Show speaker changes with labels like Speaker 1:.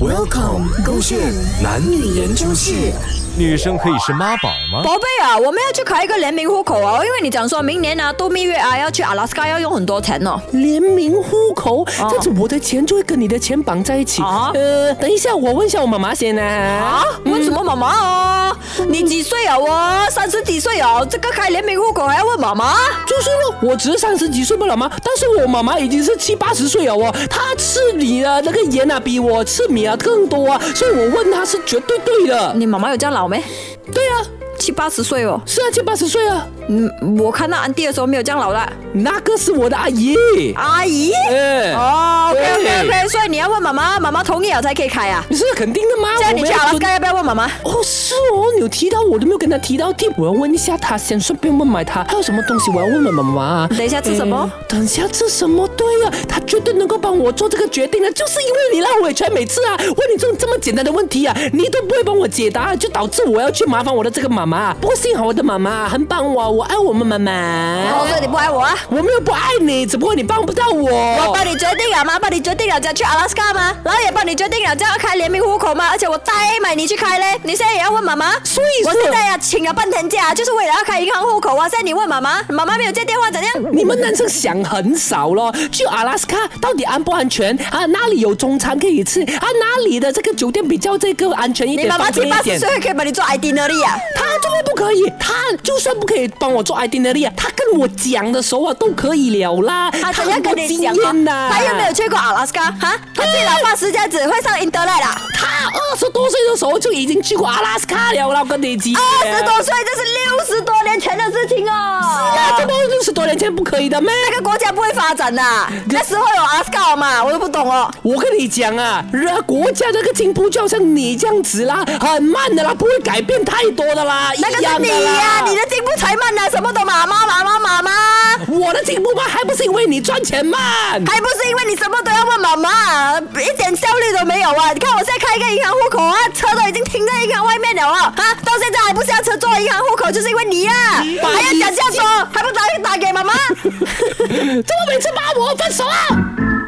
Speaker 1: Welcome，勾线男女研究室。
Speaker 2: 女生可以是妈宝吗？
Speaker 3: 宝贝啊，我们要去开一个联名户口啊，因为你讲说明年呢、啊，度蜜月啊，要去阿拉斯加要用很多钱哦。
Speaker 1: 联名户口，这样子我的钱就会跟你的钱绑在一起。
Speaker 3: 啊
Speaker 1: 呃，等一下，我问一下我妈妈先呢。
Speaker 3: 啊？问什么妈妈哦？你几岁啊？我三十几岁哦，这个开联名户口还要问妈妈？
Speaker 1: 就是咯，我只是三十几岁不了吗？但是我妈妈已经是七八十岁了哦，她吃你的那个盐啊，比我吃米啊更多啊，所以我问她是绝对对的。
Speaker 3: 你妈妈有这样老没？
Speaker 1: 对啊，
Speaker 3: 七八十岁哦。
Speaker 1: 是啊，七八十岁啊，
Speaker 3: 嗯，我看到安迪的时候没有这样老的。
Speaker 1: 那个是我的阿姨。
Speaker 3: 阿姨。
Speaker 1: 哎
Speaker 3: 哦，OK
Speaker 1: 对
Speaker 3: OK OK，所以你要问妈妈，妈妈同意了才可以开啊。
Speaker 1: 你是肯定的吗？
Speaker 3: 这样
Speaker 1: 我
Speaker 3: 你
Speaker 1: 们
Speaker 3: 去
Speaker 1: 要
Speaker 3: 阿拉斯
Speaker 1: 尊
Speaker 3: 加要不要问妈妈？
Speaker 1: 哦，是哦，你有提到我都没有跟他提到店，我要问一下他，先顺便问买他还有什么东西我要问问妈妈啊。
Speaker 3: 等一下吃什么
Speaker 1: 哎？等一下吃什么？对呀、他绝对能够帮我做这个决定的，就是因为你让我也全每次啊问你这种这么简单的问题啊，你都不会帮我解答，就导致我要去麻烦我的这个妈妈。不过幸好我的妈妈很帮我，我爱我们妈妈。嗯
Speaker 3: 哦，所以你不爱我啊？
Speaker 1: 我没有不爱你，只不过你帮不到我。
Speaker 3: 我帮你决定了吗？帮你决定了，要去阿拉斯加吗？然后也帮你决定了，这样要开联名户口吗？而且我代买你去开嘞，你现在也要问妈妈？
Speaker 1: 所以说
Speaker 3: 我现在呀、请了半天假，就是为了要开银行户口啊！现在你问妈妈，妈妈没有接电话怎样？
Speaker 1: 你们男生想很少咯，去阿拉斯加到底安不安全啊？哪里有中餐可以吃啊？哪里的这个酒店比较这个安全一
Speaker 3: 你
Speaker 1: 点，
Speaker 3: 妈妈
Speaker 1: 方
Speaker 3: 七
Speaker 1: 便
Speaker 3: 八
Speaker 1: 一
Speaker 3: 十
Speaker 1: 点？
Speaker 3: 岁可以帮你做 itinerary 啊？
Speaker 1: 他就是不可以，他就算不可以帮我做 itinerary，啊他跟我讲的时候啊都可以了啦。
Speaker 3: 她
Speaker 1: 啊他
Speaker 3: 怎样
Speaker 1: 很多
Speaker 3: 跟你
Speaker 1: 经
Speaker 3: 讲
Speaker 1: 验呐、
Speaker 3: 啊？她又没有去过阿拉斯加哈？她最老八十这样子会上 internet 啊啦？
Speaker 1: 他二十多岁的时候就已经去过阿拉斯加了啦，我跟你讲。
Speaker 3: 二十多岁，这是六十多年前的事情哦。
Speaker 1: 啊，这么六十多年前不可以的咩？
Speaker 3: 那个国家不会发展 的、那时候有阿拉斯加好吗？我都不懂哦。
Speaker 1: 我跟你讲啊，人家国家这个进步就好像你这样子啦，很慢的啦，不会改变太多的啦，
Speaker 3: 哎那个
Speaker 1: 一
Speaker 3: 是
Speaker 1: 样
Speaker 3: 你
Speaker 1: 啊的啦
Speaker 3: 呀、你的进步才慢呢、啊什么都妈妈妈妈妈妈，
Speaker 1: 我的进步慢，还不是因为你赚钱慢？
Speaker 3: 还不是因为你什么都要问妈妈，一点效率都没有啊！你看我现在开一个银行户口啊，车都已经停在银行外面了啊，啊，到现在还不下车做银行户口，就是因为你呀、
Speaker 1: 把
Speaker 3: 还
Speaker 1: 你
Speaker 3: 要讲这样说，还不打打给妈妈？
Speaker 1: 怎么每次骂我分手啊？